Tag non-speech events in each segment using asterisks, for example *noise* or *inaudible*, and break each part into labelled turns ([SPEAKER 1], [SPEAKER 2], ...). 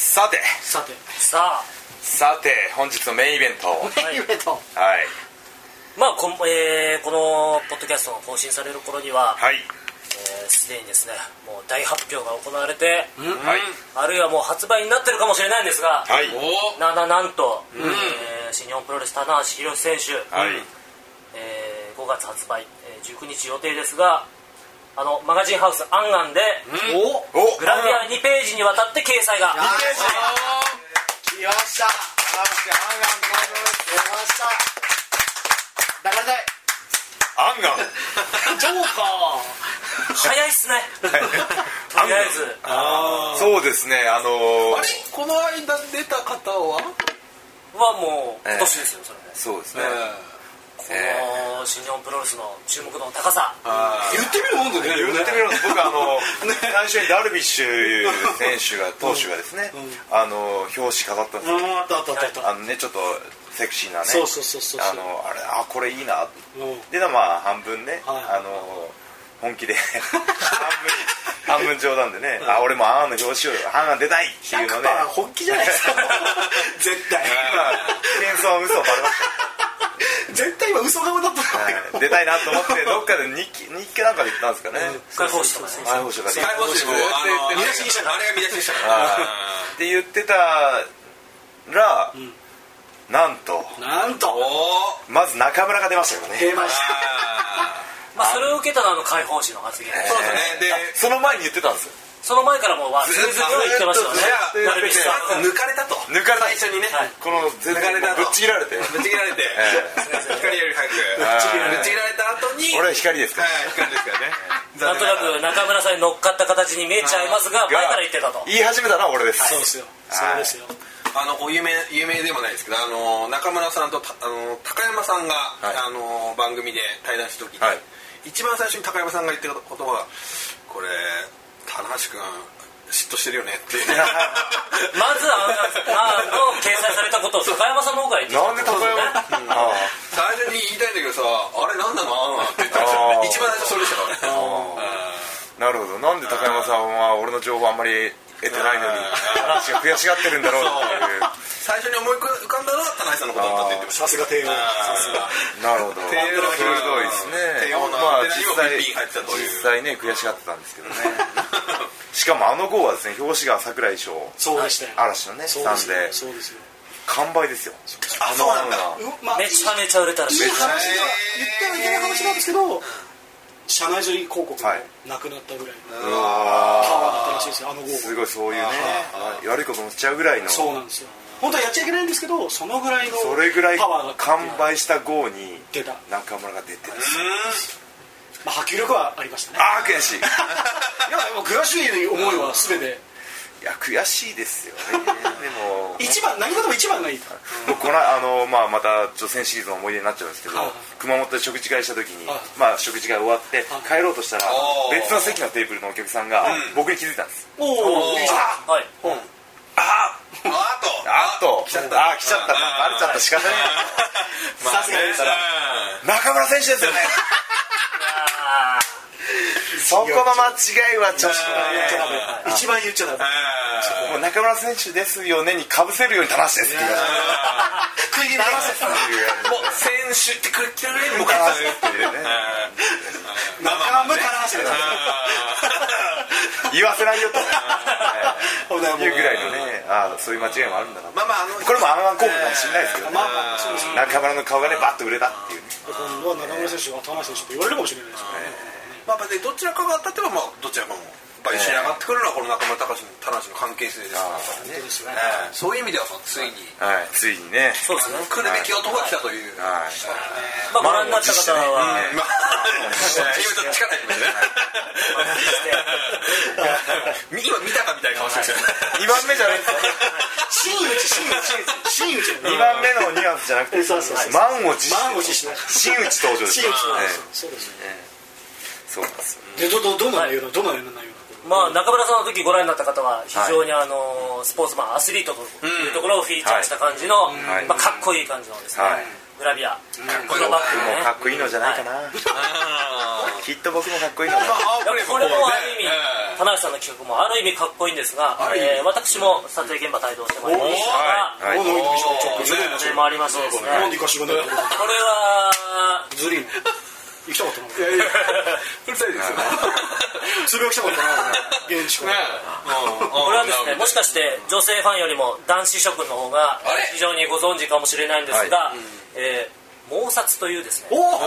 [SPEAKER 1] さて
[SPEAKER 2] さあ
[SPEAKER 3] さて本日のメインイベントは
[SPEAKER 2] *laughs*
[SPEAKER 1] メインイベント
[SPEAKER 3] い
[SPEAKER 2] まあこ,、えーこのポッドキャストが更新される頃には
[SPEAKER 3] はい
[SPEAKER 2] えーすで、にですねもう大発表が行われて
[SPEAKER 3] はい
[SPEAKER 2] あるいはもう発売になってるかもしれないんですが、
[SPEAKER 3] はい
[SPEAKER 1] お
[SPEAKER 2] なななんと、えー新日本プロレス棚橋宏選手、
[SPEAKER 3] はい
[SPEAKER 2] えー5月発売、えー19日予定ですがあのマガジンハウス「アンアンで
[SPEAKER 1] おお
[SPEAKER 3] お
[SPEAKER 2] グラビア2ページにわたって掲載が
[SPEAKER 1] あ
[SPEAKER 2] は
[SPEAKER 1] 来ました来ましただからだい
[SPEAKER 3] アンガン
[SPEAKER 1] ジョーカ
[SPEAKER 2] 早いっすねとりあえず
[SPEAKER 3] そうですねあのー
[SPEAKER 4] あれこの間出た方は、
[SPEAKER 2] はもう
[SPEAKER 3] ええ
[SPEAKER 2] 今年ですよそれね
[SPEAKER 3] そうですね
[SPEAKER 2] この新日本プロレスの注目度の高さ
[SPEAKER 4] 言ってみるもんだね
[SPEAKER 3] 言ってみろ僕あ
[SPEAKER 1] *laughs*
[SPEAKER 3] の最初にダルビッシュ選手が投手がですねあの表紙飾ったんですよ
[SPEAKER 1] ーあったあったあった
[SPEAKER 3] あのねちょっとセクシーなね
[SPEAKER 1] そうそうそうそう
[SPEAKER 3] あのあれあこれいいな
[SPEAKER 1] うん
[SPEAKER 3] でまあ半分ね、
[SPEAKER 1] はい
[SPEAKER 3] あの本気で *laughs* 半分半分冗談でね、あ俺もあんの表紙を半々出たいっていうので
[SPEAKER 1] 100%本気じゃないですか絶対
[SPEAKER 3] 今謙遜は嘘をバレまし
[SPEAKER 1] 絶対今嘘顔だった
[SPEAKER 3] た、
[SPEAKER 1] んだけ
[SPEAKER 3] は
[SPEAKER 1] ど
[SPEAKER 3] い出たいなと思ってどっかで日記日記なんかで言ったんですかね、
[SPEAKER 2] 解放した
[SPEAKER 3] 前報酬が
[SPEAKER 4] 解放誌もあの
[SPEAKER 1] 見出しにしたから
[SPEAKER 4] あれが見出しにしたか
[SPEAKER 3] あって言ってたら、なんと
[SPEAKER 1] なん
[SPEAKER 4] らお
[SPEAKER 1] と
[SPEAKER 4] お
[SPEAKER 3] まず中村が出ましたよね
[SPEAKER 1] 出ました
[SPEAKER 2] まあ、それを受けたのはあの解放誌の発言
[SPEAKER 4] そうで
[SPEAKER 3] あそ
[SPEAKER 4] すねで
[SPEAKER 3] の前に言ってたんですよ
[SPEAKER 2] その前からもう忘れずには言ってましたよね
[SPEAKER 4] ずっとず
[SPEAKER 2] ダ
[SPEAKER 4] っと
[SPEAKER 2] ルビッシュさん
[SPEAKER 4] 抜かれたと
[SPEAKER 3] 抜かれた
[SPEAKER 4] 最初にね
[SPEAKER 2] はい
[SPEAKER 3] この全
[SPEAKER 4] 抜かれた
[SPEAKER 3] ぶ
[SPEAKER 4] と
[SPEAKER 3] っちぎられて
[SPEAKER 4] *laughs* ぶっちぎられて
[SPEAKER 3] え
[SPEAKER 4] 光より早く
[SPEAKER 3] はい
[SPEAKER 4] ぶっちぎられた後に
[SPEAKER 3] 俺は光ですか
[SPEAKER 4] は
[SPEAKER 3] ら
[SPEAKER 4] い光ですからね
[SPEAKER 2] なんとなく中村さんに乗っかった形に見えちゃいますが前から言ってたと
[SPEAKER 3] 言い始めたのは俺です、
[SPEAKER 1] そうですよそうですよ
[SPEAKER 4] あのこう有名有名でもないですけどあの中村さんとたあの高山さんが、
[SPEAKER 3] い
[SPEAKER 4] あの番組で対談した時に、
[SPEAKER 3] はい
[SPEAKER 4] 一番最初に高山さんが言ってた言葉が「これ棚橋君嫉妬してるよね」って
[SPEAKER 2] まずあのあの掲載されたことを高山さんの方から言って
[SPEAKER 3] なんで高山あ
[SPEAKER 4] 最初に言いたいんだけどさ「あれなんなのあんな」って言ってましたよ
[SPEAKER 3] あー
[SPEAKER 4] ね一番最初それでしたからね
[SPEAKER 3] あなるほどなんで高山さんは俺の情報あんまり得てないのに話が悔しがってるんだろう
[SPEAKER 4] うん最初に思い浮かんだのは棚橋さんのことだったって言ってました
[SPEAKER 1] さすが帝王
[SPEAKER 4] あー
[SPEAKER 3] っていうなるほど
[SPEAKER 4] 低温の
[SPEAKER 3] 鋭いですね
[SPEAKER 4] 低温の
[SPEAKER 3] まあ
[SPEAKER 4] 低温
[SPEAKER 3] 実
[SPEAKER 4] の
[SPEAKER 3] 際
[SPEAKER 4] ピンピン入ってたという
[SPEAKER 3] 実際ね悔しがってたんですけどねしかもあの号はですね表紙が桜井翔
[SPEAKER 1] そうでしたよ
[SPEAKER 3] 嵐のね
[SPEAKER 1] そう
[SPEAKER 3] さ
[SPEAKER 1] で
[SPEAKER 3] ん
[SPEAKER 1] す
[SPEAKER 3] で
[SPEAKER 1] よそうですよ
[SPEAKER 3] 完売ですよ
[SPEAKER 4] あそうなんだ
[SPEAKER 3] あの
[SPEAKER 1] うまあ
[SPEAKER 2] めちゃめちゃ売れたら
[SPEAKER 1] い
[SPEAKER 2] し
[SPEAKER 1] い
[SPEAKER 2] い
[SPEAKER 1] 話では言ってはいけない話なんですけど社内釣り広告もなくなったぐらいの
[SPEAKER 3] うわ
[SPEAKER 1] パワーだったらしいですよあの
[SPEAKER 3] ーす
[SPEAKER 1] 号
[SPEAKER 3] ごいそういうね悪いこともしちゃうぐらいの
[SPEAKER 1] そうなんですよ本当はやっちゃいけないんですけどそのぐらいの
[SPEAKER 3] それぐらい
[SPEAKER 1] パワーが
[SPEAKER 3] 完売した号に
[SPEAKER 1] 出た、ま
[SPEAKER 3] 中村が出てる
[SPEAKER 1] あ、波及力はありまし
[SPEAKER 3] *laughs*
[SPEAKER 1] たね
[SPEAKER 3] ああ悔しい
[SPEAKER 1] いやもう悔しい思いは全て
[SPEAKER 3] いや悔しいですよねでも
[SPEAKER 1] 一番何事も一番がいいと
[SPEAKER 3] 僕このあの、まあ、また女性シリーズの思い出になっちゃうんですけど
[SPEAKER 1] はい
[SPEAKER 3] 熊本で食事会した時に
[SPEAKER 1] はい
[SPEAKER 3] まあ、食事会終わって帰ろうとしたら
[SPEAKER 4] おー
[SPEAKER 3] 別の席のテーブルのお客さんが僕に気づいたんです
[SPEAKER 1] おお
[SPEAKER 4] おー
[SPEAKER 1] あ
[SPEAKER 2] はい
[SPEAKER 3] あ
[SPEAKER 4] ああと
[SPEAKER 3] あっと
[SPEAKER 4] 来ちゃった
[SPEAKER 3] あ来ちゃったバレちゃった仕方ね
[SPEAKER 4] さ
[SPEAKER 1] すがに
[SPEAKER 3] えな中村選手ですよねそこの間違いはちょっ
[SPEAKER 1] 言っちゃ
[SPEAKER 3] と
[SPEAKER 1] ダメ一番言っちゃダメ
[SPEAKER 3] ねもう中村選手ですよねにかぶせるように話してですって言われて
[SPEAKER 1] 食い気味で
[SPEAKER 4] もう選手ってくれてる上に
[SPEAKER 3] 僕
[SPEAKER 4] も
[SPEAKER 3] は話
[SPEAKER 4] 勝つ
[SPEAKER 3] してっていうね
[SPEAKER 1] 仲間から話してた
[SPEAKER 3] *laughs* 言わせないよと
[SPEAKER 1] ほんとはも
[SPEAKER 3] い
[SPEAKER 1] う
[SPEAKER 3] うぐらいのねあそういう間違いもあるんだな
[SPEAKER 4] まあまああの
[SPEAKER 3] これもあんま効果かもしれないですけどね
[SPEAKER 1] まあまあそうですね
[SPEAKER 3] 中村の顔がねバッと売れたっていうね
[SPEAKER 1] 今度は中村選手が田中選手って言われるかもしれないですよね
[SPEAKER 4] まあ、どちらかが当たってば、まあ、どちらかも、まあ、一緒に上がってくるのはこの中村隆の田中の関係性ですから、
[SPEAKER 1] 本当ですよね
[SPEAKER 4] ええそういう意味ではさついに
[SPEAKER 3] はいついにね
[SPEAKER 2] そうですね、
[SPEAKER 4] 来るべき男が来たという、
[SPEAKER 3] はい
[SPEAKER 2] まあ、ご覧になった方は、
[SPEAKER 4] まあ今ちょっと力入ってましたね今見たかみたいな顔してましたね
[SPEAKER 3] 2番目じゃないですよ
[SPEAKER 1] 真打ち真打ち真打ち
[SPEAKER 3] 2番目のニュアンスじゃなくて
[SPEAKER 1] そうそうそう
[SPEAKER 3] 満を持して
[SPEAKER 1] 満を持して
[SPEAKER 3] 真打ち登場です
[SPEAKER 1] 真打ち
[SPEAKER 3] え
[SPEAKER 1] そうですよね
[SPEAKER 3] えそうなんですよ
[SPEAKER 1] でどどどの内容なのどの内容な内容なの
[SPEAKER 2] まあ、中村さんの時ご覧になった方は非常にあのスポーツマンアスリートというところをフィーチャーした感じの、
[SPEAKER 3] はい
[SPEAKER 2] まあ、かっこいい感じのですね、
[SPEAKER 3] はい
[SPEAKER 2] グラビア、
[SPEAKER 4] こいい
[SPEAKER 2] グラバッグ
[SPEAKER 3] 僕
[SPEAKER 2] ね
[SPEAKER 3] もかっこいいのじゃないかなきっと僕もかっこいいのかな
[SPEAKER 4] まあ青
[SPEAKER 2] いやこれもある意味、田中さんの企画もある意味かっこいいんですが、
[SPEAKER 4] はい
[SPEAKER 2] えー私も撮影現場帯同してまいりましたが、
[SPEAKER 3] は
[SPEAKER 1] お
[SPEAKER 3] い
[SPEAKER 1] のいのちょっと
[SPEAKER 2] ちょっとね回りましてですね、
[SPEAKER 1] なんでかしらね
[SPEAKER 2] これは
[SPEAKER 1] ずりーの行きたかったな
[SPEAKER 4] やいやうるさいですよね
[SPEAKER 1] つぶやきたかったな現地から
[SPEAKER 2] こ
[SPEAKER 4] こ
[SPEAKER 2] れはですねもしかして女性ファンよりも男子諸君の方が
[SPEAKER 4] あれ
[SPEAKER 2] 非常にご存知かもしれないんですが、えー妄殺というですね
[SPEAKER 1] おお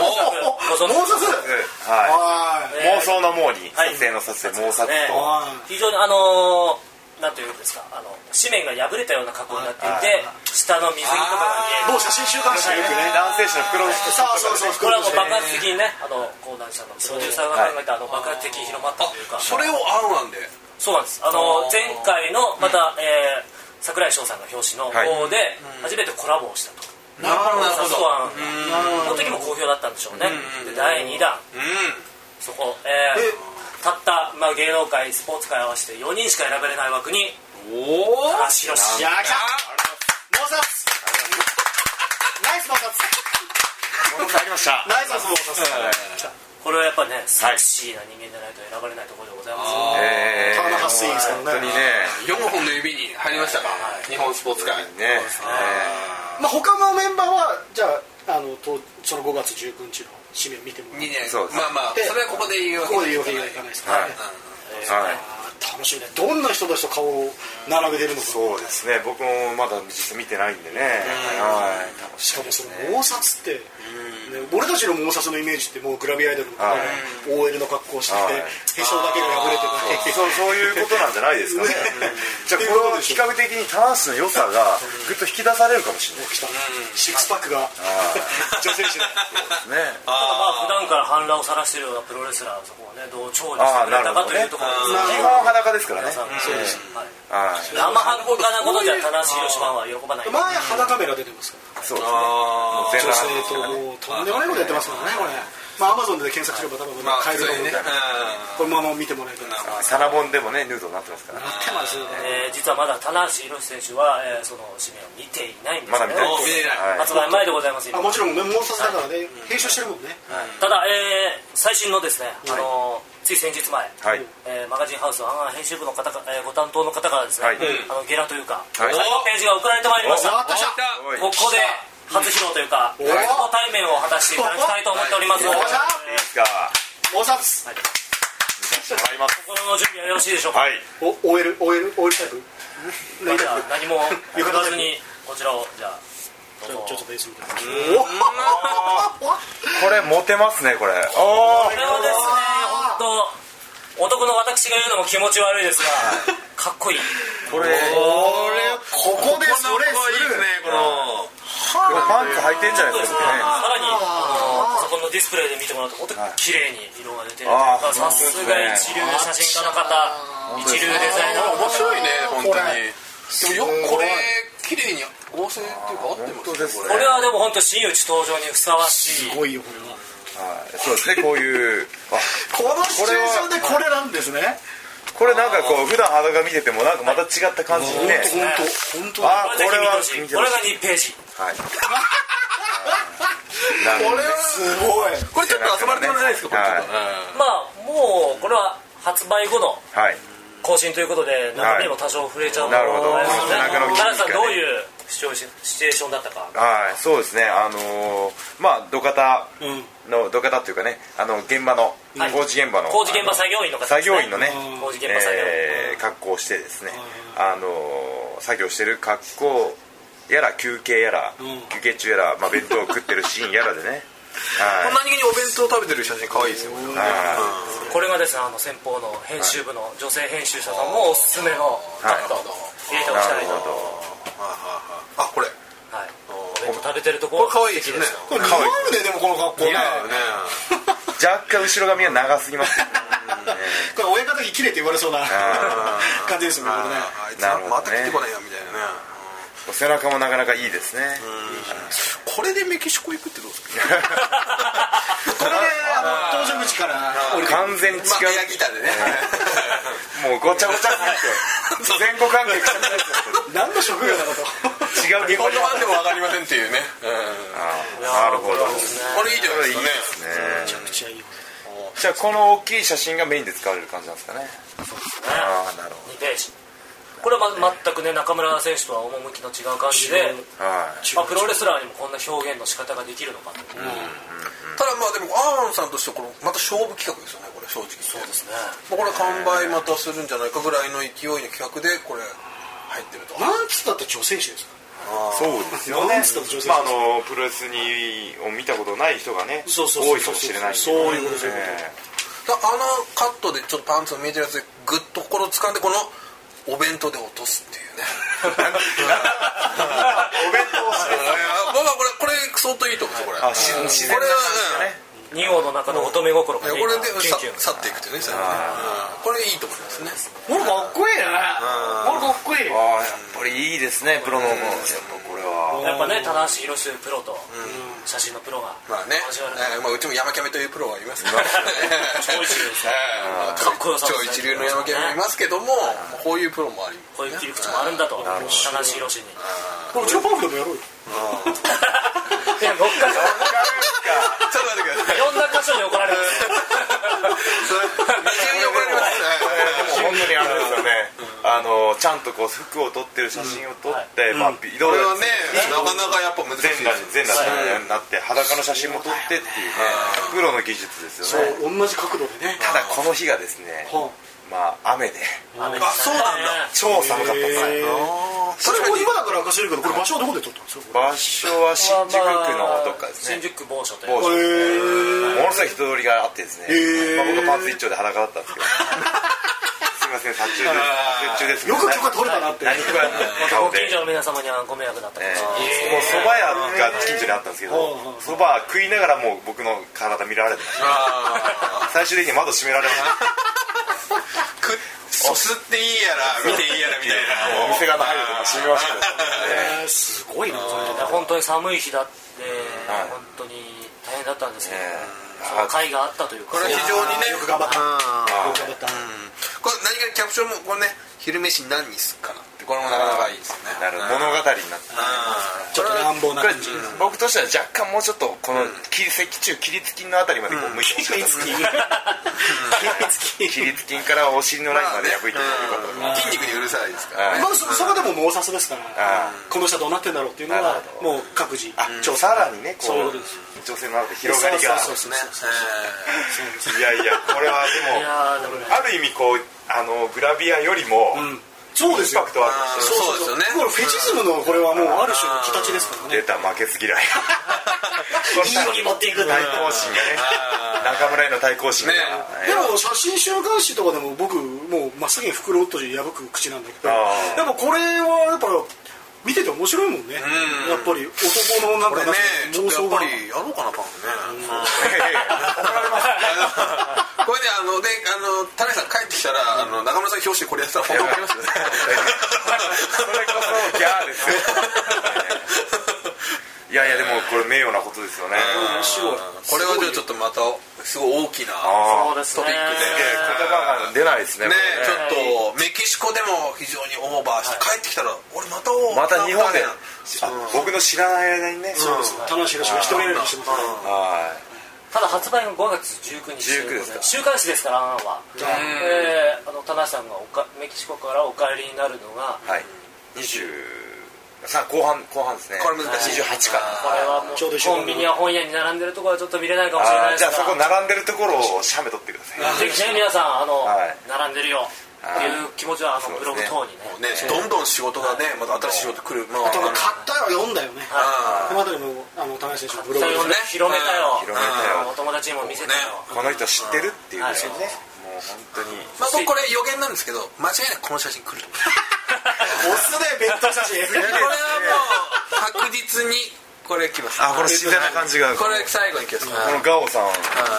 [SPEAKER 2] ご存知
[SPEAKER 1] 妄殺
[SPEAKER 3] は
[SPEAKER 1] はい
[SPEAKER 3] い
[SPEAKER 2] えー
[SPEAKER 3] 妄想の妄に
[SPEAKER 2] はい
[SPEAKER 3] 撮影の撮影妄殺
[SPEAKER 2] ね
[SPEAKER 3] とは
[SPEAKER 1] はい
[SPEAKER 2] 非常にあのーなんというんですかあの紙面が破れたような格好になっていて下の水着とかが見える
[SPEAKER 1] 某写真週刊誌でよくね
[SPEAKER 3] 男性誌の袋
[SPEAKER 1] そうそうそ
[SPEAKER 2] こ
[SPEAKER 1] う
[SPEAKER 2] れはもう爆発的にね、あの講談社のプロデューサーが考えたあの爆発的に広まったというか、
[SPEAKER 4] それをアンアンで
[SPEAKER 2] そうなんです。あの
[SPEAKER 4] あー
[SPEAKER 2] 前回のまた、えー桜井翔さんの表紙の
[SPEAKER 3] はい
[SPEAKER 2] 方で初めてコラボをしたと。
[SPEAKER 4] なるほどなる
[SPEAKER 2] サ
[SPEAKER 4] ほ
[SPEAKER 2] ス
[SPEAKER 4] ど
[SPEAKER 2] コアンがその時も好評だったんでしょうね。で第2弾
[SPEAKER 4] うん
[SPEAKER 2] そこ、えーたったまあ芸能界スポーツ界合わせて4人しか選べれない枠に
[SPEAKER 4] おお
[SPEAKER 2] 高橋宏。
[SPEAKER 1] いやー来た妄殺ナイス妄
[SPEAKER 3] 妄
[SPEAKER 1] 殺
[SPEAKER 3] 殺ありました
[SPEAKER 1] ナイス妄殺
[SPEAKER 2] これはやっぱねセクシーな人間じゃないと選ばれないところでございますよね。
[SPEAKER 3] え
[SPEAKER 1] 田中スイングさんね
[SPEAKER 3] 本当にね
[SPEAKER 4] 4本の指に入りましたか日本スポーツ界
[SPEAKER 3] ね
[SPEAKER 1] まあ他のメンバーはじゃああのとその5月19日の紙面見てもらって
[SPEAKER 4] にね
[SPEAKER 3] そうです
[SPEAKER 4] まあまあ
[SPEAKER 1] で
[SPEAKER 4] それはここで言うわ
[SPEAKER 1] ここで言うわけ
[SPEAKER 4] け
[SPEAKER 1] に
[SPEAKER 4] に
[SPEAKER 1] はいいかないですか
[SPEAKER 3] は
[SPEAKER 1] ら
[SPEAKER 3] いはい
[SPEAKER 1] ねあー楽しみねどんな人たちと顔を並べてるのか
[SPEAKER 3] そうですね僕もまだ実際見てないんでねはい楽
[SPEAKER 1] しかもその妄殺って、ね、俺たちの妄殺のイメージってもうグラビアアイドルの方で OL の格好をして
[SPEAKER 3] は
[SPEAKER 1] て化粧だけが破れてない
[SPEAKER 3] そうそういうことなんじゃないですかね
[SPEAKER 1] ね
[SPEAKER 3] じゃあこれは比較的にターンスの良さがぐっと引き出されるかもしれない
[SPEAKER 1] 起きたシックスパックが女性誌で
[SPEAKER 3] ですね
[SPEAKER 2] ただまあ普段から反乱をさらしてるようなプロレスラーをそこをねどう調理して
[SPEAKER 3] ああ
[SPEAKER 2] く
[SPEAKER 3] な
[SPEAKER 2] れ
[SPEAKER 3] る
[SPEAKER 2] た
[SPEAKER 3] ほ
[SPEAKER 2] か
[SPEAKER 3] ど
[SPEAKER 2] と
[SPEAKER 3] ね基本裸ですから
[SPEAKER 2] いうところですね。
[SPEAKER 3] ね
[SPEAKER 2] 皆さんそうですはい
[SPEAKER 3] はい
[SPEAKER 2] 生半可なことじゃ棚橋宏は喜ばない
[SPEAKER 1] 前肌カメラ出てますから
[SPEAKER 3] そうですね
[SPEAKER 4] あ
[SPEAKER 3] 全
[SPEAKER 1] 女
[SPEAKER 3] 裸なんですか
[SPEAKER 1] 性と
[SPEAKER 3] らね
[SPEAKER 1] もうとんでもないことやってますからねこれまあアマゾンで検索すれば多分
[SPEAKER 4] ーまあ
[SPEAKER 1] 買えると思うん
[SPEAKER 4] 普
[SPEAKER 1] でこれま
[SPEAKER 4] 通にねうん
[SPEAKER 1] ま見てもらえるんですか
[SPEAKER 3] サラボンでもねヌードになってますから
[SPEAKER 1] やってますよ
[SPEAKER 2] えー
[SPEAKER 1] ね
[SPEAKER 2] 実はまだ棚橋宏選手は、えーその紙面を見ていないんです
[SPEAKER 3] まだ
[SPEAKER 2] よ
[SPEAKER 3] 見て
[SPEAKER 2] ね
[SPEAKER 3] ないは
[SPEAKER 4] 見てない
[SPEAKER 3] い
[SPEAKER 2] 発売前でございます今
[SPEAKER 1] あもちろんね妄殺だからね編集してるもんね
[SPEAKER 2] ただ、えー最新のですね、あのーつい先日前、
[SPEAKER 3] はい
[SPEAKER 2] えーマガジンハウスアンアン編集部の方か、えーご担当の方からです
[SPEAKER 3] は
[SPEAKER 2] ね、
[SPEAKER 3] い
[SPEAKER 2] あのゲラというか、
[SPEAKER 3] はい
[SPEAKER 2] 最後のページが送られてまいりましたこ
[SPEAKER 1] おあった来た
[SPEAKER 4] お
[SPEAKER 3] おい
[SPEAKER 2] こで初披露というか
[SPEAKER 1] お
[SPEAKER 2] ご対面を果たしていただきたいと思っております
[SPEAKER 1] お
[SPEAKER 2] ので、
[SPEAKER 1] お
[SPEAKER 3] いいですか
[SPEAKER 1] 妄殺
[SPEAKER 3] 見させてもらいます
[SPEAKER 2] 心の準備はよろしいでしょう
[SPEAKER 3] は
[SPEAKER 2] か、
[SPEAKER 3] い
[SPEAKER 1] お OLOL タイプ
[SPEAKER 2] まあじゃあ何も言わずにこちらをじゃあ
[SPEAKER 1] ち
[SPEAKER 2] どう
[SPEAKER 1] ょ
[SPEAKER 2] ぞ
[SPEAKER 1] っとベースみたい
[SPEAKER 3] こ
[SPEAKER 1] な
[SPEAKER 3] れモテますねこれお
[SPEAKER 2] これはですね本当男の私が言うのも気持ち悪いですがかっこいい
[SPEAKER 3] これ
[SPEAKER 1] ここでそれ
[SPEAKER 4] いいですねこの
[SPEAKER 3] これパンツ履いてんじゃないで
[SPEAKER 2] そうですす
[SPEAKER 3] かね
[SPEAKER 2] ねさらにあのそこのディスプレイで見てもらうと本当に綺麗に色が出てるという
[SPEAKER 3] あ
[SPEAKER 2] か
[SPEAKER 3] ー
[SPEAKER 2] さすが一流の写真家の方一流デザイナーの
[SPEAKER 4] 面白いね本当に
[SPEAKER 1] こ
[SPEAKER 4] でもよくこれ綺麗に合成っていうか合ってます
[SPEAKER 3] 本当ですね
[SPEAKER 2] これはでも本当真打ち登場にふさわしい
[SPEAKER 1] すごいよこれは
[SPEAKER 3] はいそうですねこういうあ
[SPEAKER 1] このシチュエーションでこれなんですね
[SPEAKER 3] これなんかこう普段裸見ててもなんかまた違った感じにね
[SPEAKER 1] 本当本当
[SPEAKER 3] あ
[SPEAKER 2] これ
[SPEAKER 3] こ
[SPEAKER 2] ぜ
[SPEAKER 3] れは
[SPEAKER 2] ひ見
[SPEAKER 3] 見
[SPEAKER 2] て
[SPEAKER 3] て
[SPEAKER 2] ほ
[SPEAKER 3] ほ
[SPEAKER 2] し
[SPEAKER 3] し
[SPEAKER 2] いこれが2ページ
[SPEAKER 3] はいなるほどね
[SPEAKER 1] すごい
[SPEAKER 4] これちょっと遊ばれてもらえないですかこれちょっと
[SPEAKER 2] まあもうこれは発売後の
[SPEAKER 3] はい
[SPEAKER 2] 更新ということで中身も多少触れちゃうと思いますので
[SPEAKER 3] なるほど
[SPEAKER 2] 田中さんどういうシチュエーションシチュエーションだったか
[SPEAKER 3] はいそうですねあのーまあ土方の土方っていうかねあの現場の
[SPEAKER 2] はい
[SPEAKER 3] 工事現場の
[SPEAKER 2] 工事現場作業員の方ですね
[SPEAKER 3] 作業員のね
[SPEAKER 1] うん
[SPEAKER 2] 工事現場作業員
[SPEAKER 3] えー格好をしてですねあのー作業してる格好やら休憩やら
[SPEAKER 1] ん
[SPEAKER 3] 休憩中やらまあ弁当を食ってるシーンやらでねは
[SPEAKER 4] こ
[SPEAKER 3] い
[SPEAKER 4] んなにお弁当食べてる写真可愛いですよこれは
[SPEAKER 3] は
[SPEAKER 2] これがですねあの先方の編集部の女性編集者さんもおすすめのカット入れて
[SPEAKER 3] い
[SPEAKER 2] おき
[SPEAKER 3] な
[SPEAKER 2] たい
[SPEAKER 3] る
[SPEAKER 2] と
[SPEAKER 3] ほど
[SPEAKER 4] あこれ
[SPEAKER 2] はい、お弁当食べてるとこ
[SPEAKER 4] これ可愛いですよね
[SPEAKER 1] これ似合うねでもこの格好ね
[SPEAKER 4] 似合うね
[SPEAKER 3] 若干後ろ髪が長すぎますね
[SPEAKER 1] これ親方に綺麗って言われそうな *laughs* 感じですよねこれね
[SPEAKER 4] あいつはまた来てこないよみたいなね
[SPEAKER 3] 背中もなかなかいいですね
[SPEAKER 4] これでメキシコ行くってどうですか
[SPEAKER 1] これであの搭乗口から降りて
[SPEAKER 3] 完全に違う、
[SPEAKER 4] まあエアギターでね
[SPEAKER 3] もうごちゃごちゃすぎて全国関係くしゃみです
[SPEAKER 1] 何の職業なのと
[SPEAKER 3] よ違う
[SPEAKER 4] 日
[SPEAKER 3] 現場
[SPEAKER 4] 本
[SPEAKER 3] に
[SPEAKER 4] のファンでも分かりませんっていうね
[SPEAKER 3] なるほど
[SPEAKER 4] うんこれいいじゃない
[SPEAKER 3] いい
[SPEAKER 4] ですかね
[SPEAKER 3] ですね
[SPEAKER 1] めちゃいいよ
[SPEAKER 3] じゃあこの大きい写真がメインで使われる感じなんですかね
[SPEAKER 2] ね
[SPEAKER 3] あーなるほ
[SPEAKER 2] 2ページこれはま全くね中村選手とは趣の違う感じ
[SPEAKER 1] 違
[SPEAKER 2] で
[SPEAKER 1] う、
[SPEAKER 3] どはい
[SPEAKER 2] まあ、プロレスラーにもこんな表現の仕方ができるのかと
[SPEAKER 4] ただまあでもアーンさんとしてはこのまた勝負企画ですよねこれ正直そうです
[SPEAKER 2] ね
[SPEAKER 4] これは完売またするんじゃないかぐらいの勢いの企画でこれ入ってると
[SPEAKER 1] なんつったって女性誌ですか
[SPEAKER 3] そうですよ
[SPEAKER 1] な
[SPEAKER 3] ね
[SPEAKER 1] んつったって女性誌
[SPEAKER 3] まああのプロレスにを見たことない人がね
[SPEAKER 1] そうそうそう
[SPEAKER 3] 多いかもしれないんで
[SPEAKER 1] そういうことそういうこと
[SPEAKER 3] え
[SPEAKER 4] だあのカットでちょっとパンツの見えてるやつでグッと心を掴んでこのお弁当で落とすっていう *laughs* ね
[SPEAKER 3] えお弁当をして
[SPEAKER 4] 僕はこれこれ相当いいと思うんですよ
[SPEAKER 3] あし自然
[SPEAKER 4] これ
[SPEAKER 3] な感じだね
[SPEAKER 2] 2号の中の乙女心
[SPEAKER 4] こ
[SPEAKER 2] が
[SPEAKER 4] れ
[SPEAKER 2] ね
[SPEAKER 4] はうんいやこれで
[SPEAKER 2] キュン
[SPEAKER 4] さ
[SPEAKER 2] キュン
[SPEAKER 4] 去っていくっていうね最後ねうんこれいいと思いますね
[SPEAKER 1] モルかっこいいねモルかっこいい
[SPEAKER 3] ああやっぱりいいですねプロのやっぱこれは
[SPEAKER 2] やっぱね棚橋宏プロと写真のプロが
[SPEAKER 4] まあね、
[SPEAKER 2] 交わる
[SPEAKER 4] えーまあ、うちも山キャメというプロがいますから *laughs*
[SPEAKER 2] 超一流ですね
[SPEAKER 4] えー
[SPEAKER 2] かっこよさも
[SPEAKER 4] *laughs* 超一流の山キャメもいますけども、こういうプロもあり
[SPEAKER 2] こういう切り口もあるんだと棚橋宏に
[SPEAKER 1] これうちのパンフでもやろうよ
[SPEAKER 2] いや乗っかる
[SPEAKER 4] *laughs* ちょっと待ってください
[SPEAKER 2] いろんな箇所に怒られる
[SPEAKER 4] 二 *laughs* 重に怒られます
[SPEAKER 3] 本当にあれですよねあのちゃんとこう服を撮ってる写真を撮ってまあビ
[SPEAKER 4] こ
[SPEAKER 3] ド
[SPEAKER 4] れ
[SPEAKER 3] ロ
[SPEAKER 4] はねなかなかやっぱ難し
[SPEAKER 3] 全
[SPEAKER 4] い
[SPEAKER 3] 裸に全裸になって裸の写真も撮ってっていうねプロの技術です
[SPEAKER 1] そ
[SPEAKER 3] よね
[SPEAKER 1] う同じ角度でね
[SPEAKER 3] ただこの日がですね
[SPEAKER 1] は
[SPEAKER 3] まあ雨で
[SPEAKER 2] *laughs* あ
[SPEAKER 4] そうなんだ
[SPEAKER 3] 超寒かったんです
[SPEAKER 1] へーそれも今だから明かせるけどこれ場所はどこで撮ったんですか
[SPEAKER 3] 場所は新宿区のどっかですね
[SPEAKER 2] 新宿某所という
[SPEAKER 3] 某所
[SPEAKER 1] へー
[SPEAKER 3] ものすごい人通りがあってですね、
[SPEAKER 1] へー
[SPEAKER 3] まあ、僕はパンツ一丁で裸だったんですけどすいません撮影中です撮影中です
[SPEAKER 1] よく許可取れたなって
[SPEAKER 3] 何食わない顔
[SPEAKER 2] ご
[SPEAKER 3] で
[SPEAKER 2] 近所の皆様にはご迷惑だったかもしれない
[SPEAKER 3] えーもうそば屋が近所にあったんですけど
[SPEAKER 1] うん
[SPEAKER 3] そば食いながらもう僕の体見られてました最終的に窓閉められました
[SPEAKER 4] くおすっていいやら見ていいやらみたいな
[SPEAKER 3] お店が入るとか閉めました
[SPEAKER 1] えーすごいなそれ
[SPEAKER 2] いや本当に寒い日だって
[SPEAKER 3] はい
[SPEAKER 2] 本当に大変だったんですけど
[SPEAKER 3] ええ
[SPEAKER 2] その会があったというか
[SPEAKER 4] これは非常にね
[SPEAKER 1] よく頑張った
[SPEAKER 4] うん
[SPEAKER 1] よく頑張った
[SPEAKER 4] これ何気にキャプションもこれね昼飯何にすっかなってこれもなかなかいいですよね
[SPEAKER 3] なるほど物語になって
[SPEAKER 1] ちょっと乱暴な
[SPEAKER 3] これ
[SPEAKER 1] 感じ
[SPEAKER 3] 僕としては若干もうちょっとこの切り石中切りつきんのあたりまでこう向いてほしかったですね切りつきんからお尻のラインまで破いてもらうことが
[SPEAKER 4] 筋肉にうるさいですか
[SPEAKER 3] は
[SPEAKER 4] ら
[SPEAKER 3] い
[SPEAKER 1] まあそそこでも猛殺ですから
[SPEAKER 3] あ
[SPEAKER 1] この人はどうなってんだろうっていうの
[SPEAKER 3] な
[SPEAKER 1] は
[SPEAKER 3] るほ
[SPEAKER 1] もう各自調査
[SPEAKER 3] さらにねこ
[SPEAKER 1] そういうこ
[SPEAKER 3] う
[SPEAKER 1] とです
[SPEAKER 3] 女性の中で広がりが
[SPEAKER 1] そうそう
[SPEAKER 4] ね
[SPEAKER 3] いやいやこれはで
[SPEAKER 2] い
[SPEAKER 3] も
[SPEAKER 2] やーでもね
[SPEAKER 3] ある意味こうあのグラビアよりも
[SPEAKER 1] うんそうです
[SPEAKER 3] インパ
[SPEAKER 1] よ
[SPEAKER 3] クトは
[SPEAKER 4] あー
[SPEAKER 3] あ
[SPEAKER 4] そうですよね
[SPEAKER 1] これフェチズムのこれはもうある種の形ですから
[SPEAKER 3] る出
[SPEAKER 1] ね
[SPEAKER 3] た負けず嫌い *laughs*
[SPEAKER 2] いいように持っていく
[SPEAKER 3] 対抗心がね中村への対抗心が
[SPEAKER 4] ね
[SPEAKER 1] でも写真週刊誌とかでも僕もうまっすぐに袋とじ破く口なんだけど
[SPEAKER 3] あー
[SPEAKER 1] でもこれはやっぱ見てて面白いもんねやっぱり男のなん
[SPEAKER 4] これ
[SPEAKER 1] か
[SPEAKER 4] ねちょ
[SPEAKER 1] 妄
[SPEAKER 4] っとや
[SPEAKER 1] 想
[SPEAKER 4] っ
[SPEAKER 1] が
[SPEAKER 4] ぱりやろうかなパンフねこれであのであの田辺さん帰ってきたらあの中村さん表紙これやってたら本当怒りますよね
[SPEAKER 3] それこそギャーですよいやいやでもこれ名誉なことですよね
[SPEAKER 1] 面白い
[SPEAKER 4] これはじゃあちょっとまたすごい大きな
[SPEAKER 3] あ
[SPEAKER 2] そう
[SPEAKER 3] あ
[SPEAKER 2] ですね
[SPEAKER 4] トピック
[SPEAKER 3] 言葉が出ないですね
[SPEAKER 4] ね
[SPEAKER 3] これね
[SPEAKER 4] ちょっとメキシコでも非常にオーバーして帰ってきたら俺またオー
[SPEAKER 3] また日本で
[SPEAKER 4] なんか
[SPEAKER 3] あ僕の知らない間にね
[SPEAKER 1] そうですね田中宏が一人選びしてますから
[SPEAKER 3] は
[SPEAKER 2] ただ発売が5月19日
[SPEAKER 3] 19ですか
[SPEAKER 2] 週刊誌ですからアンはえーあの田中さんがおかメキシコからお帰りになるのが
[SPEAKER 3] いはい20さあ後半後半ですね
[SPEAKER 4] これ難しい
[SPEAKER 3] 28か
[SPEAKER 2] これはもう
[SPEAKER 1] ちょうど一緒
[SPEAKER 2] コンビニや本屋に並んでるところはちょっと見れないかもしれない
[SPEAKER 3] あー
[SPEAKER 2] で
[SPEAKER 3] じ
[SPEAKER 2] す
[SPEAKER 3] ゃあ
[SPEAKER 2] が
[SPEAKER 3] そこ並んでるところを写メ撮ってください
[SPEAKER 2] ぜひね皆さんあの、
[SPEAKER 3] はい
[SPEAKER 2] 並んでるよっていう気持ちはあの
[SPEAKER 3] そう
[SPEAKER 2] ブ
[SPEAKER 3] で
[SPEAKER 2] ロ
[SPEAKER 3] す
[SPEAKER 2] グ
[SPEAKER 3] ね
[SPEAKER 2] 等にね
[SPEAKER 4] ねどんどん仕事がねまた新しい仕事来るまあ
[SPEAKER 1] とか買ったよ読んだよね
[SPEAKER 4] あ
[SPEAKER 1] この辺りもあの田中選手のブログ
[SPEAKER 2] そ
[SPEAKER 1] で
[SPEAKER 2] れをね
[SPEAKER 4] ね
[SPEAKER 2] 広めたよ
[SPEAKER 3] 広めたよ
[SPEAKER 2] うんお友達にも見せたよ、
[SPEAKER 3] この人知ってるっていうぐらいね
[SPEAKER 2] はい
[SPEAKER 3] もう本当に
[SPEAKER 4] まあ僕これ予言なんですけど間違いなくこの写真来る
[SPEAKER 1] オスでベッド
[SPEAKER 3] *laughs*
[SPEAKER 1] 写真
[SPEAKER 4] これはもう確実にこれ来ます
[SPEAKER 3] あこの自然な感じが
[SPEAKER 4] これ最後に来ます
[SPEAKER 3] このガオさん、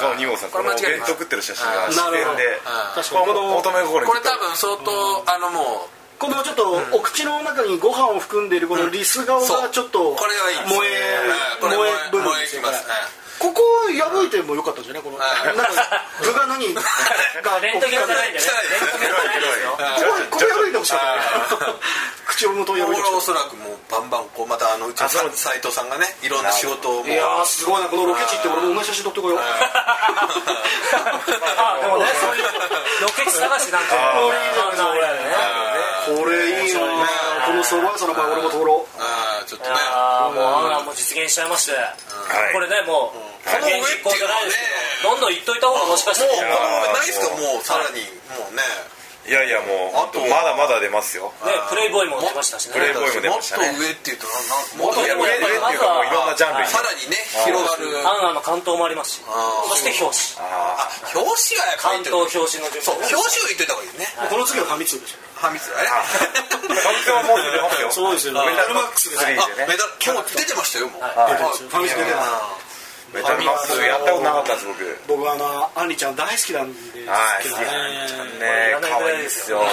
[SPEAKER 3] ガオ二号さん、
[SPEAKER 4] こ
[SPEAKER 3] こ
[SPEAKER 4] れ
[SPEAKER 3] の
[SPEAKER 4] 間違いない
[SPEAKER 3] 弁当食ってる写真が自
[SPEAKER 1] なる
[SPEAKER 3] 然
[SPEAKER 1] ほど
[SPEAKER 3] で、
[SPEAKER 1] 確
[SPEAKER 3] こ
[SPEAKER 1] かに
[SPEAKER 3] れも乙女心に
[SPEAKER 4] これ多分相当あのもう
[SPEAKER 1] このちょっとお口の中にご飯を含んでいるこのリス顔
[SPEAKER 4] そ
[SPEAKER 1] が
[SPEAKER 4] う
[SPEAKER 1] ちょっと
[SPEAKER 4] これはいいですね
[SPEAKER 1] 萌え
[SPEAKER 4] うんこれ
[SPEAKER 1] 萌え部分
[SPEAKER 4] 萌え
[SPEAKER 1] です
[SPEAKER 4] き
[SPEAKER 1] よ
[SPEAKER 4] ま
[SPEAKER 1] ね
[SPEAKER 4] すうん
[SPEAKER 1] ここ破いてもよかったんじゃないこのなんか具が何 *laughs* が
[SPEAKER 2] レントゲンじゃないんでね
[SPEAKER 4] 汚い
[SPEAKER 2] レントゲンじゃないですよ
[SPEAKER 1] ここここ破いてほしかったね口口をもと
[SPEAKER 4] 俺
[SPEAKER 1] やめて
[SPEAKER 4] はおそらくもうバンバンこうまたあのうちのさ斎藤さんがねいろんな仕事をもう
[SPEAKER 1] いやーすごいなこのロケ地行って俺も同じ写真撮ってこよう
[SPEAKER 2] あでもねそういうロケ地探しなんて
[SPEAKER 1] あ
[SPEAKER 2] あんなあれだよね
[SPEAKER 1] これいいなーこの蕎麦屋さんの場合俺も通ろう
[SPEAKER 4] ああちょっとね
[SPEAKER 2] あーもうあらもう実現しちゃいまして、これねもう、この
[SPEAKER 4] はい
[SPEAKER 2] 現実行じゃないですけど、どんどん言っといた方がもしかした
[SPEAKER 4] もうこ
[SPEAKER 2] ら、ね、
[SPEAKER 4] のないですかもうさらにもうね
[SPEAKER 3] いやいやもう
[SPEAKER 4] あと
[SPEAKER 3] まだまだ出ますよ
[SPEAKER 2] プレイボーイも出ましたしね
[SPEAKER 3] プレイボーイも出
[SPEAKER 4] も
[SPEAKER 3] ま
[SPEAKER 4] っ
[SPEAKER 3] し
[SPEAKER 4] と
[SPEAKER 3] たね
[SPEAKER 4] 上っていうとなんなんもっと
[SPEAKER 3] いや上上っていうかもういろんなジャンルに
[SPEAKER 4] さらにね広がる
[SPEAKER 2] アンアンの関東もありますし
[SPEAKER 4] あー
[SPEAKER 2] そして表紙
[SPEAKER 4] あ表紙がや
[SPEAKER 2] 関東表紙の順
[SPEAKER 4] そう
[SPEAKER 2] 番
[SPEAKER 4] 表紙を言っといた方がいいね
[SPEAKER 1] この次はファミ通でしょ
[SPEAKER 4] はみつあれ
[SPEAKER 3] 完全はもう出てますよ
[SPEAKER 1] そうですよね
[SPEAKER 3] メタ
[SPEAKER 1] フ
[SPEAKER 3] ル
[SPEAKER 1] ルマ
[SPEAKER 3] マッ
[SPEAKER 1] ック
[SPEAKER 3] ク
[SPEAKER 1] ス
[SPEAKER 3] ス
[SPEAKER 1] で
[SPEAKER 3] 3
[SPEAKER 4] あ
[SPEAKER 3] でね
[SPEAKER 4] メダル今日出てましたよもう
[SPEAKER 2] はい
[SPEAKER 1] 出てます
[SPEAKER 4] あ
[SPEAKER 1] よファミ通出てます
[SPEAKER 4] あ
[SPEAKER 3] メタルマックスやったことなかったです僕
[SPEAKER 1] 僕はあのアンリちゃん大好きなんですけどね
[SPEAKER 3] はい好き
[SPEAKER 1] 完全に
[SPEAKER 3] ね可愛いですよ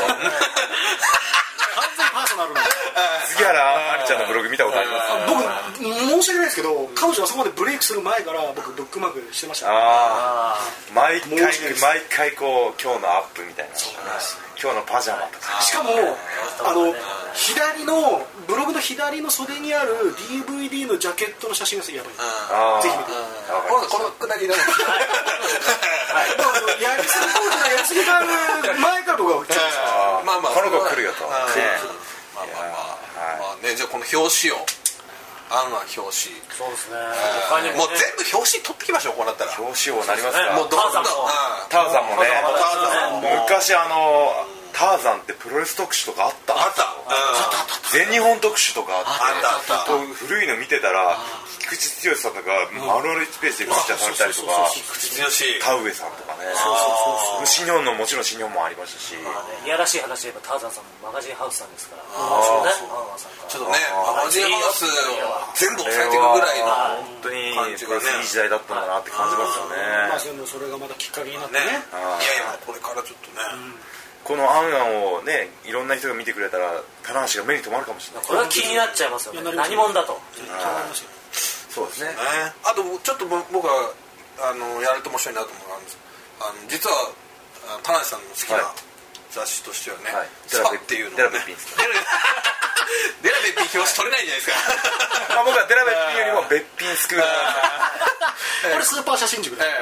[SPEAKER 1] パーソナルな
[SPEAKER 3] 杉原ありちゃんのブログ見たことあります
[SPEAKER 1] 僕申し訳ないですけど彼女がそこまでブレイクする前から僕ブックマークしてましたね
[SPEAKER 3] ああ毎回
[SPEAKER 1] 面白いです
[SPEAKER 3] 毎回こう今日のアップみたいな今日のパジャマとか
[SPEAKER 1] しかもあの左のブログの左の袖にある DVD のジャケットの写真がやばい
[SPEAKER 3] ああ
[SPEAKER 1] ぜひ見て
[SPEAKER 4] このこのくだりだね *laughs*
[SPEAKER 1] でもあのやりすぎコーチがやりすぎた前から僕はちょっ
[SPEAKER 4] まあまあ
[SPEAKER 3] この子来るよと
[SPEAKER 4] まあ
[SPEAKER 3] ね
[SPEAKER 4] まあまあまあまあねじゃあこの表紙をあんあん表紙
[SPEAKER 2] そうですね他に
[SPEAKER 4] も
[SPEAKER 2] も
[SPEAKER 4] う
[SPEAKER 2] ね
[SPEAKER 4] 全部表紙取ってきましょうこうなったらもう
[SPEAKER 3] 表紙王になりますか
[SPEAKER 2] も
[SPEAKER 4] どんど
[SPEAKER 2] タ
[SPEAKER 4] ん
[SPEAKER 2] ーザンも
[SPEAKER 4] あ
[SPEAKER 3] ターザンもね
[SPEAKER 4] あターザンも
[SPEAKER 3] 昔あのターザンってプロレス特集とかあった
[SPEAKER 4] あったあった
[SPEAKER 3] 全日本特集とかあ
[SPEAKER 4] あったあったあった
[SPEAKER 3] って古いの見てたら菊池剛さんとか丸々1ページで口出されたりとか
[SPEAKER 4] 口強し
[SPEAKER 3] 田植さんとかね新日本のもちろん新日本もありましたし
[SPEAKER 2] いやらしい話で言えばターザンさんもマガジンハウスさんですからそうねアンアンさん
[SPEAKER 4] ち
[SPEAKER 2] か
[SPEAKER 4] ょっとねマガジンハウスを全部押さえていくぐらい
[SPEAKER 3] あー
[SPEAKER 4] の
[SPEAKER 3] 本当にプロレスいい時代だったんだなって感じますよ
[SPEAKER 1] とまあ
[SPEAKER 3] ね
[SPEAKER 1] でもそれがまたきっかけになって
[SPEAKER 4] ね
[SPEAKER 1] ね
[SPEAKER 4] いやいやこれからちょっとね
[SPEAKER 3] この「アンアン」をねいろんな人が見てくれたら棚橋が目に留まるかもしれない
[SPEAKER 2] これは気になっちゃいますよね
[SPEAKER 1] いやなります
[SPEAKER 2] 何
[SPEAKER 1] よ
[SPEAKER 2] 者だと
[SPEAKER 3] そうですね
[SPEAKER 4] ねあとちょっとぼ僕はあのやると面白いなと思うのがあるんですあの実はあの田無さんの好きな
[SPEAKER 3] はい
[SPEAKER 4] 雑誌としてはね
[SPEAKER 3] はい
[SPEAKER 4] 「スパ」っていうのをね
[SPEAKER 3] デラベッピンです
[SPEAKER 4] デラベッピンデラベッピン表紙取れないじゃないですか
[SPEAKER 3] まあ僕はデラベッピンよりもべっぴんスクール
[SPEAKER 1] これスーパー写真塾だよ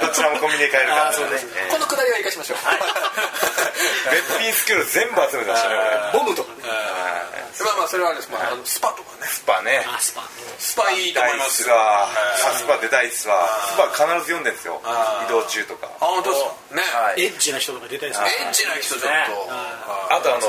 [SPEAKER 3] どちらもコンビニで買えるからねえ
[SPEAKER 4] このくだりは生かしましょう、
[SPEAKER 3] ーべっぴんスクール全部集めてましたね俺
[SPEAKER 1] ボムとかね
[SPEAKER 4] まあまあそれはあれです、まあ、あのスパとかね
[SPEAKER 3] スパね
[SPEAKER 1] あスパ
[SPEAKER 4] スパいいと思
[SPEAKER 3] 大
[SPEAKER 4] い
[SPEAKER 3] 好
[SPEAKER 4] ま
[SPEAKER 3] き
[SPEAKER 4] すよ
[SPEAKER 3] はスパ出たいっすわスパ必ず読んでるんですよ移動中とか
[SPEAKER 4] あ本当ですかね、
[SPEAKER 3] はい
[SPEAKER 1] エッチな人とか出たりする
[SPEAKER 4] エッチな人ちょっと、
[SPEAKER 2] ね
[SPEAKER 3] あ
[SPEAKER 4] あ
[SPEAKER 3] とあの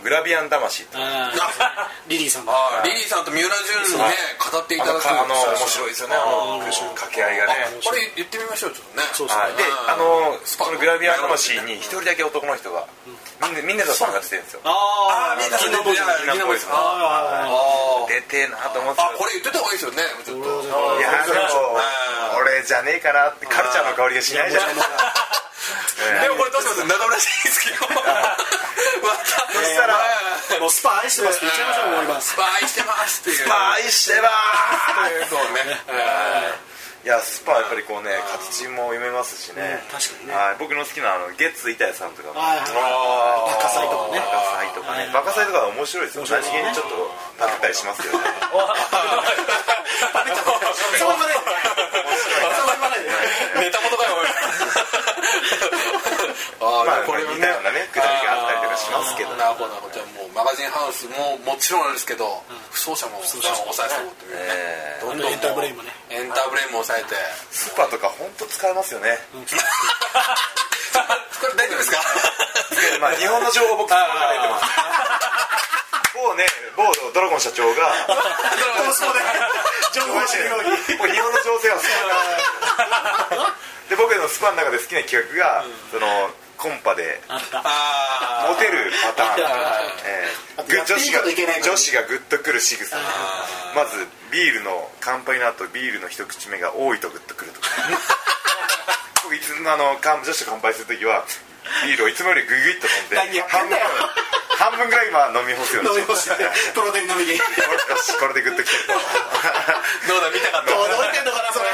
[SPEAKER 3] グラビアン魂って
[SPEAKER 1] あーリリーさんが
[SPEAKER 4] あリリーさんと三浦純にね語ってい
[SPEAKER 3] あの
[SPEAKER 4] ただく
[SPEAKER 3] かあの面白いですよねあの掛け合いがね
[SPEAKER 4] これ言ってみましょうちょっとね
[SPEAKER 1] そうそう
[SPEAKER 3] はいであのそのグラビアン魂に一人だけ男の人がみんなみんなと参加してるんですよ
[SPEAKER 1] ああ
[SPEAKER 4] あみんな
[SPEAKER 1] キングボーイズ
[SPEAKER 3] みんなボーイズ
[SPEAKER 1] あ
[SPEAKER 4] ああ
[SPEAKER 3] 出てえなと思って
[SPEAKER 4] あこれ言ってた方がいいですよねちょっと
[SPEAKER 3] い
[SPEAKER 1] ー
[SPEAKER 3] やでも
[SPEAKER 4] あ
[SPEAKER 3] 俺じゃねえかなってカルチャーの香りがしないじゃん
[SPEAKER 4] でもこれどうします中村慎介をまたそ
[SPEAKER 3] したら
[SPEAKER 1] もうスパ愛してますって言っちゃいましょうもう今
[SPEAKER 4] スパイしてますっていう
[SPEAKER 3] 愛してばー
[SPEAKER 4] そうね
[SPEAKER 3] いやスパはやっぱりこうね活字も読めますしね、
[SPEAKER 1] うん確かにね
[SPEAKER 3] はい、僕の好きなあのゲッツイタヤさんとかも
[SPEAKER 1] はいはいバカサイとかね
[SPEAKER 3] バカサイとかねバカサイとかは面白いですよ同じ芸にちょっとパクったりしますけどね
[SPEAKER 1] そこまでそこまで
[SPEAKER 4] ネタ元かよおい
[SPEAKER 3] ま
[SPEAKER 4] あ
[SPEAKER 3] あ
[SPEAKER 4] ーこれは
[SPEAKER 3] 似たようなねくだりがあったりとかしますけど
[SPEAKER 4] なるほどなるほどじゃあもうマガジンハウスももちろんですけど、不走者も抑えておこうというね
[SPEAKER 3] *laughs* えー
[SPEAKER 4] どんどん
[SPEAKER 1] エンターブレインもね
[SPEAKER 4] エンターブレインも抑えて
[SPEAKER 3] スパとか本当使えますよね、
[SPEAKER 4] これ大丈夫ですか
[SPEAKER 3] まあ日本の情報僕使わないと思います某ね某ドラゴン社長が
[SPEAKER 1] 放送で情報してるように
[SPEAKER 3] もう日本の情勢は好き *laughs* だなで僕のスパの中で好きな企画が、そのコンパで
[SPEAKER 4] あ
[SPEAKER 3] モテるパターン、え
[SPEAKER 1] あ
[SPEAKER 3] ー
[SPEAKER 1] とやって
[SPEAKER 3] 女
[SPEAKER 1] いい
[SPEAKER 3] 子
[SPEAKER 1] こ
[SPEAKER 3] が
[SPEAKER 1] といけないから
[SPEAKER 3] 女子がグッとくる仕草まずビールの乾杯の後ビールの一口目が多いとグッとく
[SPEAKER 1] *laughs*
[SPEAKER 3] るとか僕いつもあの乾女子と乾杯する時はビールをいつもよりグイグイっと飲んで
[SPEAKER 1] 何やってんだよ
[SPEAKER 3] 半分半分ぐらい今飲み干すよう
[SPEAKER 1] 飲み
[SPEAKER 3] に
[SPEAKER 1] 干してプロテイン飲みに
[SPEAKER 3] よしこれでグッときてる
[SPEAKER 1] *laughs*
[SPEAKER 4] どうだ見たかった
[SPEAKER 1] 届いてんのかなそれ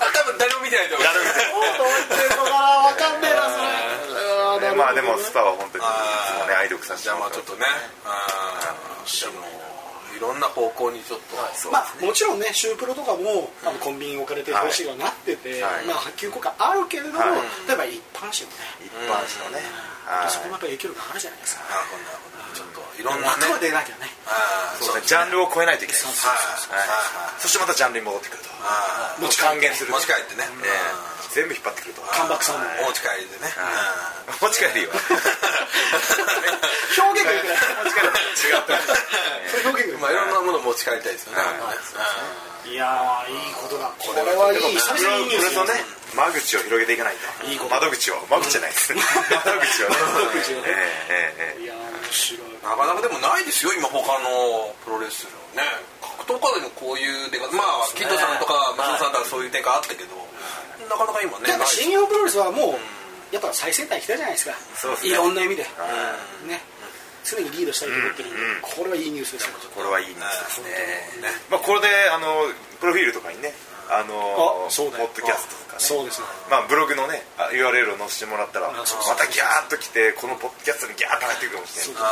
[SPEAKER 4] あ多分誰も見てないと思う
[SPEAKER 1] 届いてんのかなわかんねえなそれあ
[SPEAKER 3] と
[SPEAKER 1] ーなるほど *laughs*
[SPEAKER 3] まああでもスパは本当にいつもね愛読させ
[SPEAKER 4] じ
[SPEAKER 3] て
[SPEAKER 4] ゃあ
[SPEAKER 3] も
[SPEAKER 4] ま
[SPEAKER 3] ら
[SPEAKER 4] あ
[SPEAKER 3] って
[SPEAKER 4] ちょ
[SPEAKER 3] ま
[SPEAKER 4] っ
[SPEAKER 3] す
[SPEAKER 4] とねあーでもいろんな方向にちょっと
[SPEAKER 1] まあ、もちろんね、シュープロとかも、あのコンビニに置かれて表紙がなってて、
[SPEAKER 3] はい
[SPEAKER 1] まあ、波及効果あるけれども、
[SPEAKER 3] はい
[SPEAKER 1] 例えば一般紙もね、
[SPEAKER 3] 一般紙のねはい
[SPEAKER 1] そこもやっぱり影響力あるじゃないですか、
[SPEAKER 4] なるほどなるほどちょっといろんな
[SPEAKER 1] 枠は
[SPEAKER 4] ね
[SPEAKER 1] 出なきゃね、
[SPEAKER 4] あー
[SPEAKER 3] そうですね
[SPEAKER 4] ね
[SPEAKER 3] ジャンルを超えないといけないです
[SPEAKER 4] はい
[SPEAKER 3] はいそしてまたジャンルに戻ってくると
[SPEAKER 4] あ
[SPEAKER 1] 持ち帰
[SPEAKER 3] 還
[SPEAKER 1] り、
[SPEAKER 3] 元す
[SPEAKER 4] ー
[SPEAKER 3] る
[SPEAKER 4] 持ち帰ってね
[SPEAKER 3] ええ全部引っ張ってくると
[SPEAKER 1] 関白さんも、
[SPEAKER 4] うん持ち帰りでねうん
[SPEAKER 3] 持ち帰りは
[SPEAKER 1] 表現がよくない、
[SPEAKER 3] 持ち帰りは違った
[SPEAKER 1] そういう表現がよく
[SPEAKER 4] ま
[SPEAKER 1] な
[SPEAKER 4] あいろんなもの持ち帰りたいですよね
[SPEAKER 1] い、いやー、いいことだ、これはいい、久々にいいニュース
[SPEAKER 3] それとね間口を広げていかないと
[SPEAKER 1] いいこと
[SPEAKER 3] 窓口を窓口じゃないです窓口をね
[SPEAKER 1] 窓口をね
[SPEAKER 3] ええええええ
[SPEAKER 1] いやー、面白い、
[SPEAKER 4] なかなかでもないですよ今他のプロレスのね格闘家でもこういう出方まあキッドさんとか松本さんとかそういう展開あったけどなかなか今ね
[SPEAKER 1] やっ
[SPEAKER 4] な
[SPEAKER 1] ぱ
[SPEAKER 4] い
[SPEAKER 1] 新日本プロレスはもう、やっぱ最先端来たじゃないですか、
[SPEAKER 3] そうですね
[SPEAKER 1] いろんな意味で、ね、常にリードしたいと思ってるんで、これはいいニュースですよ、
[SPEAKER 3] これはいいニュースです
[SPEAKER 4] ね
[SPEAKER 3] まあこれであのプロフィールとかにねあの
[SPEAKER 1] あそうだ
[SPEAKER 3] ポ
[SPEAKER 1] よ
[SPEAKER 3] ッドキャストとかね
[SPEAKER 1] そうですね。
[SPEAKER 3] まあ、ブログのねあ URL を載せてもらったらま
[SPEAKER 1] あそうそう
[SPEAKER 3] たギャーッと来てこのポッドキャストにギャーッと入ってくるかもしれ
[SPEAKER 1] そう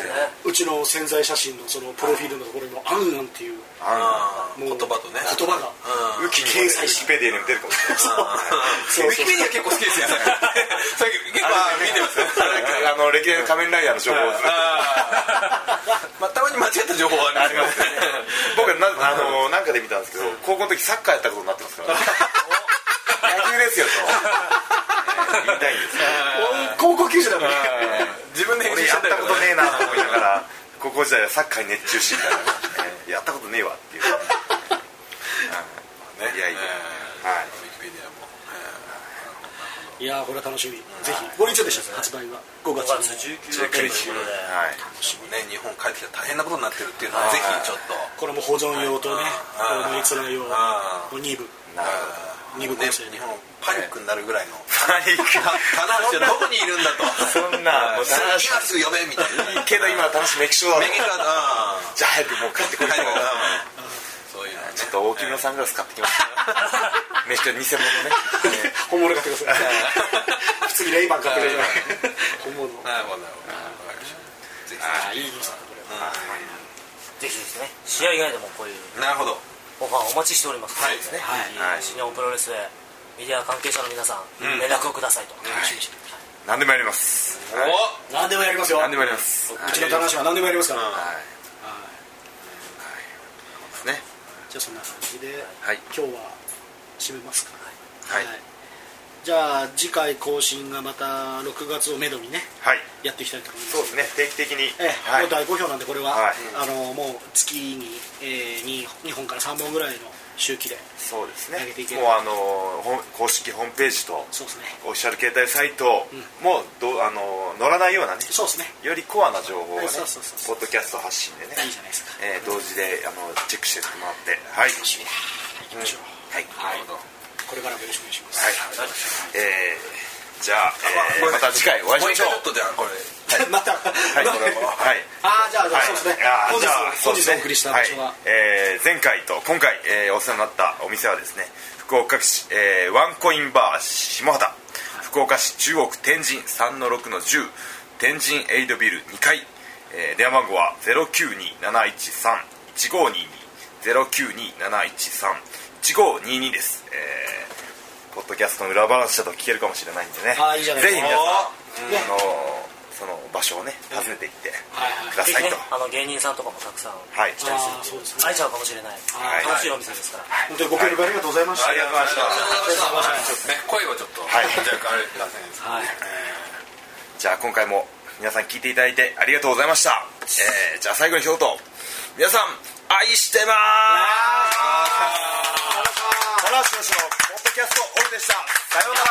[SPEAKER 3] ない
[SPEAKER 1] あとうちの潜在写真のそのプロフィールのところにも「あん」なんていう
[SPEAKER 4] あー
[SPEAKER 1] もう
[SPEAKER 4] 言葉とね
[SPEAKER 1] 言葉が
[SPEAKER 3] ウキにもね
[SPEAKER 1] 掲
[SPEAKER 3] ウ
[SPEAKER 1] 載し
[SPEAKER 3] キペディアにも出るかもしれない
[SPEAKER 1] そう
[SPEAKER 4] ウィキペディア結構好きですよね *laughs* 最近結構
[SPEAKER 3] あ
[SPEAKER 4] 見てま
[SPEAKER 3] *laughs* あ
[SPEAKER 4] す
[SPEAKER 3] の歴代の仮面ライダーの情報をずっと
[SPEAKER 4] まあたまに間違った情報はありますね
[SPEAKER 3] 僕はなあのなんかで見たんですけど高校の時サッカーやったことになってますからね野球ですよとえー言いたいんですよ
[SPEAKER 1] 高校球児だもんね
[SPEAKER 4] 自分で編
[SPEAKER 3] 俺
[SPEAKER 4] 集
[SPEAKER 3] や
[SPEAKER 4] し
[SPEAKER 3] ってた
[SPEAKER 4] た
[SPEAKER 3] こと
[SPEAKER 4] ね
[SPEAKER 3] ねえなと思いながら高校時代はサッカーに熱中してみたいな、ねやったことねえわっていう、いやいや、はい
[SPEAKER 4] ウィキペディアも
[SPEAKER 1] いやーこれは楽しみぜひこれいつでしたっけ発売は5
[SPEAKER 2] 5
[SPEAKER 1] 月
[SPEAKER 2] 月19日ということで
[SPEAKER 3] はい
[SPEAKER 4] ね日本帰ってきたら大変なことになってるっていうのはぜひちょっと
[SPEAKER 1] これも保存用とねこの閲覧用
[SPEAKER 4] あ
[SPEAKER 1] の2部
[SPEAKER 3] なる
[SPEAKER 1] 2部
[SPEAKER 4] ね
[SPEAKER 1] 構成ね
[SPEAKER 4] 日本パニックになるぐらいの
[SPEAKER 3] ほど
[SPEAKER 4] 棚橋はどこにいるんだと
[SPEAKER 3] *laughs* そんなもう
[SPEAKER 4] すぐ今すぐ呼べみた
[SPEAKER 3] *laughs*
[SPEAKER 4] いな
[SPEAKER 3] けど今は楽しみメキシコだろ
[SPEAKER 4] メキシコだうん
[SPEAKER 3] じゃあ早くもう帰ってこいと
[SPEAKER 4] 海外だうんそういうのね
[SPEAKER 3] ちょっと大きめのサングラス買ってきましたメキシコ偽物ね
[SPEAKER 2] *laughs*
[SPEAKER 1] *laughs* 本物買ってください普通にレイバン買ってください本物
[SPEAKER 4] なるほどなるほどわかりましたぜひ
[SPEAKER 1] ああいいニュースだなこれは
[SPEAKER 2] ぜひですね試合以外でもこういう
[SPEAKER 4] なるほど
[SPEAKER 2] オファーお待ちしております
[SPEAKER 4] はいですね
[SPEAKER 2] はい
[SPEAKER 3] はい
[SPEAKER 2] 新日本プロレスへメディア関係者の皆さん連絡をくださいと
[SPEAKER 3] 何でもやります
[SPEAKER 4] お
[SPEAKER 1] 何でもやりますよ
[SPEAKER 3] 何でもやります
[SPEAKER 1] うちの棚橋は何でもやりますから
[SPEAKER 3] はいね
[SPEAKER 1] じゃあそんな感じで
[SPEAKER 3] はい
[SPEAKER 1] 今日は締めますか
[SPEAKER 3] はい
[SPEAKER 1] じゃあ次回更新がまた6月をめどにね
[SPEAKER 3] はい
[SPEAKER 1] やっていきたいと思います
[SPEAKER 3] そうですね定期的に
[SPEAKER 1] ええ
[SPEAKER 3] はい
[SPEAKER 1] もう大好評なんでこれは、
[SPEAKER 3] はい
[SPEAKER 1] あのもう月に、えー、2, 本から3本ぐらいの周期で
[SPEAKER 3] そうですね
[SPEAKER 1] 上げていける
[SPEAKER 3] もうあのほん公式ホームページと
[SPEAKER 1] そうですね
[SPEAKER 3] オフィシャル携帯サイトもどあの乗らないようなね
[SPEAKER 1] そうですね
[SPEAKER 3] よりコアな情報をね
[SPEAKER 1] そうそうそうそ
[SPEAKER 3] ポッドキャスト発信でね
[SPEAKER 1] いいじゃないですか
[SPEAKER 3] えー同時であのチェックしてもらってはい
[SPEAKER 1] 楽しみだ行きましょう、
[SPEAKER 3] はい
[SPEAKER 4] なるほど
[SPEAKER 1] これからもよろしくお願いします、
[SPEAKER 3] はい、えー、じゃあ、えーまた次回お会いし
[SPEAKER 4] もう
[SPEAKER 3] ま
[SPEAKER 4] 一
[SPEAKER 3] しょ
[SPEAKER 4] 回
[SPEAKER 3] う
[SPEAKER 4] ちょっとじゃあこれ
[SPEAKER 1] *laughs* また、
[SPEAKER 3] はい、
[SPEAKER 1] また
[SPEAKER 3] はい
[SPEAKER 1] *laughs* ああじゃあ、
[SPEAKER 3] はい
[SPEAKER 1] そうですね
[SPEAKER 3] いやー
[SPEAKER 1] 本日
[SPEAKER 3] じゃあそう
[SPEAKER 1] 本
[SPEAKER 3] で
[SPEAKER 1] 日
[SPEAKER 3] すね
[SPEAKER 1] お送りした場所は、
[SPEAKER 3] いえー前回と今回、えーお世話になったお店はですね福岡市、えーワンコインバー下畑福岡市中央区天神3の6の10天神エイドビル2階、えー電話番号は09271315220927131522です、えーポッドキャストの裏話だと聞けるかもしれないんでね
[SPEAKER 1] あーいいじゃな
[SPEAKER 3] ぜ
[SPEAKER 1] い
[SPEAKER 3] ひ
[SPEAKER 1] です
[SPEAKER 3] 皆
[SPEAKER 1] か
[SPEAKER 3] さ
[SPEAKER 1] ね
[SPEAKER 3] んあのーその場所をね訪ねていって
[SPEAKER 1] はい
[SPEAKER 3] くだ
[SPEAKER 1] はい
[SPEAKER 2] ぜ
[SPEAKER 3] さ
[SPEAKER 2] ひ
[SPEAKER 3] い
[SPEAKER 2] ね
[SPEAKER 3] と
[SPEAKER 2] あの芸人さんとかもたくさん
[SPEAKER 3] はい
[SPEAKER 2] 期待
[SPEAKER 1] あー
[SPEAKER 2] して
[SPEAKER 1] そう
[SPEAKER 2] る
[SPEAKER 1] で
[SPEAKER 2] し
[SPEAKER 1] すね
[SPEAKER 2] 会えちゃうかもしれない
[SPEAKER 1] はい
[SPEAKER 2] 楽しいお店ですから
[SPEAKER 1] 本当にご協力ありがとうございました、
[SPEAKER 3] ありがとうございましたはいじゃあ
[SPEAKER 1] はい
[SPEAKER 4] ね声をちょっとじゃああれ出せないです
[SPEAKER 3] 今回も皆さん聞いていただいてありがとうございました、えーじゃあ最後に一言皆さん愛してまーす田中のポッドキャストオフでしたさようなら